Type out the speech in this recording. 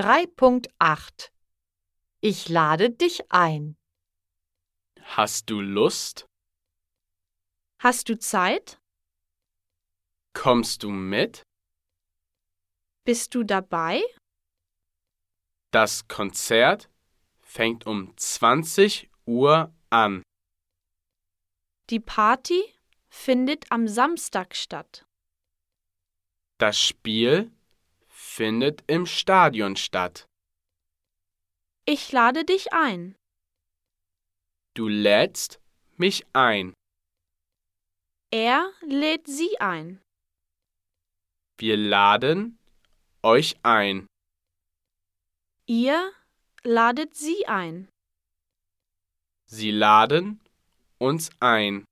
3.8 Ich lade dich ein. Hast du Lust? Hast du Zeit? Kommst du mit? Bist du dabei? Das Konzert fängt um 20 Uhr an. Die Party findet am Samstag statt. Das Spiel findet im Stadion statt. Ich lade dich ein. Du lädst mich ein. Er lädt sie ein. Wir laden euch ein. Ihr ladet sie ein. Sie laden uns ein.